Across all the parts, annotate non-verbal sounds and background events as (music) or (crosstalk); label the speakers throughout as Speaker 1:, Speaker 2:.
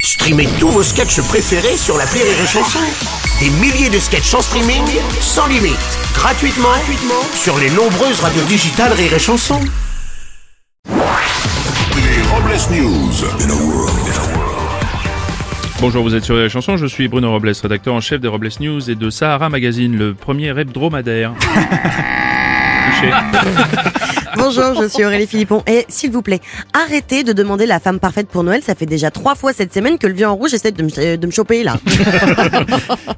Speaker 1: Streamez tous vos sketchs préférés sur la Rire et Chanson. Des milliers de sketchs en streaming, sans limite, gratuitement, gratuitement sur les nombreuses radios digitales Rire et Chanson.
Speaker 2: Les Robles News. In a world, in a world.
Speaker 3: Bonjour, vous êtes sur la chanson, je suis Bruno Robles, rédacteur en chef des Robles News et de Sahara Magazine, le premier hebdomadaire. Touché.
Speaker 4: Bonjour, je suis Aurélie Philippon. Et s'il vous plaît, arrêtez de demander la femme parfaite pour Noël. Ça fait déjà trois fois cette semaine que le vieux en rouge essaie de me, euh, de me choper là.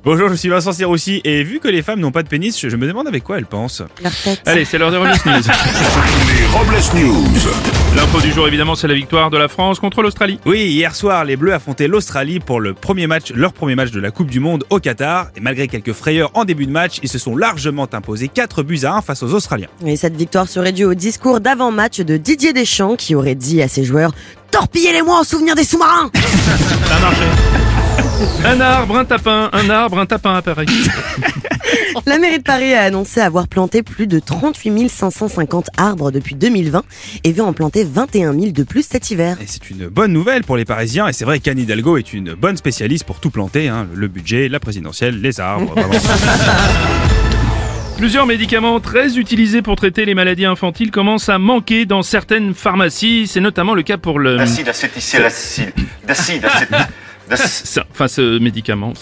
Speaker 5: Bonjour, je suis Vincent Serroussi et vu que les femmes n'ont pas de pénis, je je me demande avec quoi elles pensent.
Speaker 4: Leur tête.
Speaker 3: Allez, c'est l'heure des Robles News.
Speaker 2: Les Robles News.
Speaker 3: L'info du jour, évidemment, c'est la victoire de la France contre l'Australie.
Speaker 5: Oui, hier soir, les Bleus affrontaient l'Australie pour le premier match, leur premier match de la Coupe du Monde au Qatar. Et malgré quelques frayeurs en début de match, ils se sont largement imposés 4 buts à 1 face aux Australiens.
Speaker 4: Et cette victoire serait due au discours d'avant-match de Didier Deschamps qui aurait dit à ses joueurs Torpillez-les-moi en souvenir des (laughs) sous-marins
Speaker 3: Ça a marché. Un arbre, un tapin, un arbre, un tapin à Paris.
Speaker 4: La mairie de Paris a annoncé avoir planté plus de 38 550 arbres depuis 2020 et veut en planter 21 000 de plus cet hiver.
Speaker 5: Et c'est une bonne nouvelle pour les Parisiens. Et c'est vrai qu'Anne Hidalgo est une bonne spécialiste pour tout planter hein. le budget, la présidentielle, les arbres. vraiment.
Speaker 3: Plusieurs médicaments très utilisés pour traiter les maladies infantiles commencent à manquer dans certaines pharmacies. C'est notamment le cas pour le...
Speaker 6: d'acide acétylacétylacide, d'acide acétylacétylacide, d'acide
Speaker 3: Ça, enfin, ce médicament.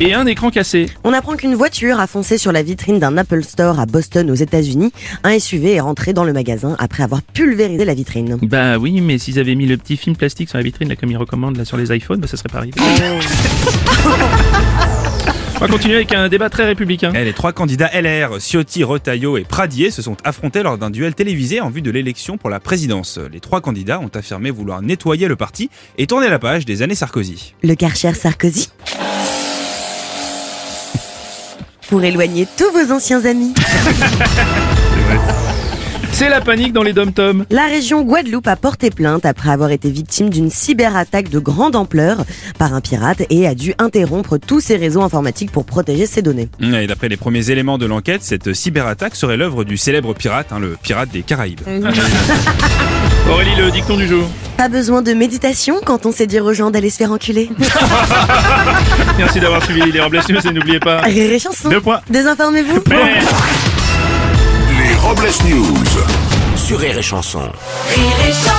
Speaker 3: Et un écran cassé.
Speaker 4: On apprend qu'une voiture a foncé sur la vitrine d'un Apple Store à Boston aux États-Unis. Un SUV est rentré dans le magasin après avoir pulvérisé la vitrine.
Speaker 3: Bah oui, mais s'ils avaient mis le petit film plastique sur la vitrine, là, comme ils recommandent là, sur les iPhones, bah, ça serait pas (laughs) arrivé. On va continuer avec un débat très républicain.
Speaker 5: Eh, les trois candidats LR, Ciotti, Retailleau et Pradier, se sont affrontés lors d'un duel télévisé en vue de l'élection pour la présidence. Les trois candidats ont affirmé vouloir nettoyer le parti et tourner la page des années Sarkozy.
Speaker 4: Le Karcher Sarkozy pour éloigner tous vos anciens amis.
Speaker 3: C'est la panique dans les dom-toms.
Speaker 4: La région Guadeloupe a porté plainte après avoir été victime d'une cyberattaque de grande ampleur par un pirate et a dû interrompre tous ses réseaux informatiques pour protéger ses données.
Speaker 5: Et d'après les premiers éléments de l'enquête, cette cyberattaque serait l'œuvre du célèbre pirate, hein, le pirate des Caraïbes.
Speaker 3: Aurélie, le dicton du jour.
Speaker 4: Pas besoin de méditation quand on sait dire aux gens d'aller se
Speaker 3: (laughs)
Speaker 4: faire enculer.
Speaker 3: Merci d'avoir suivi les Robles News et n'oubliez pas...
Speaker 4: Rire et chanson.
Speaker 3: Deux points.
Speaker 4: Désinformez-vous.
Speaker 3: Mais-
Speaker 2: Les Robles News.
Speaker 1: Sur Rire et Chanson.
Speaker 7: Rire et chanson.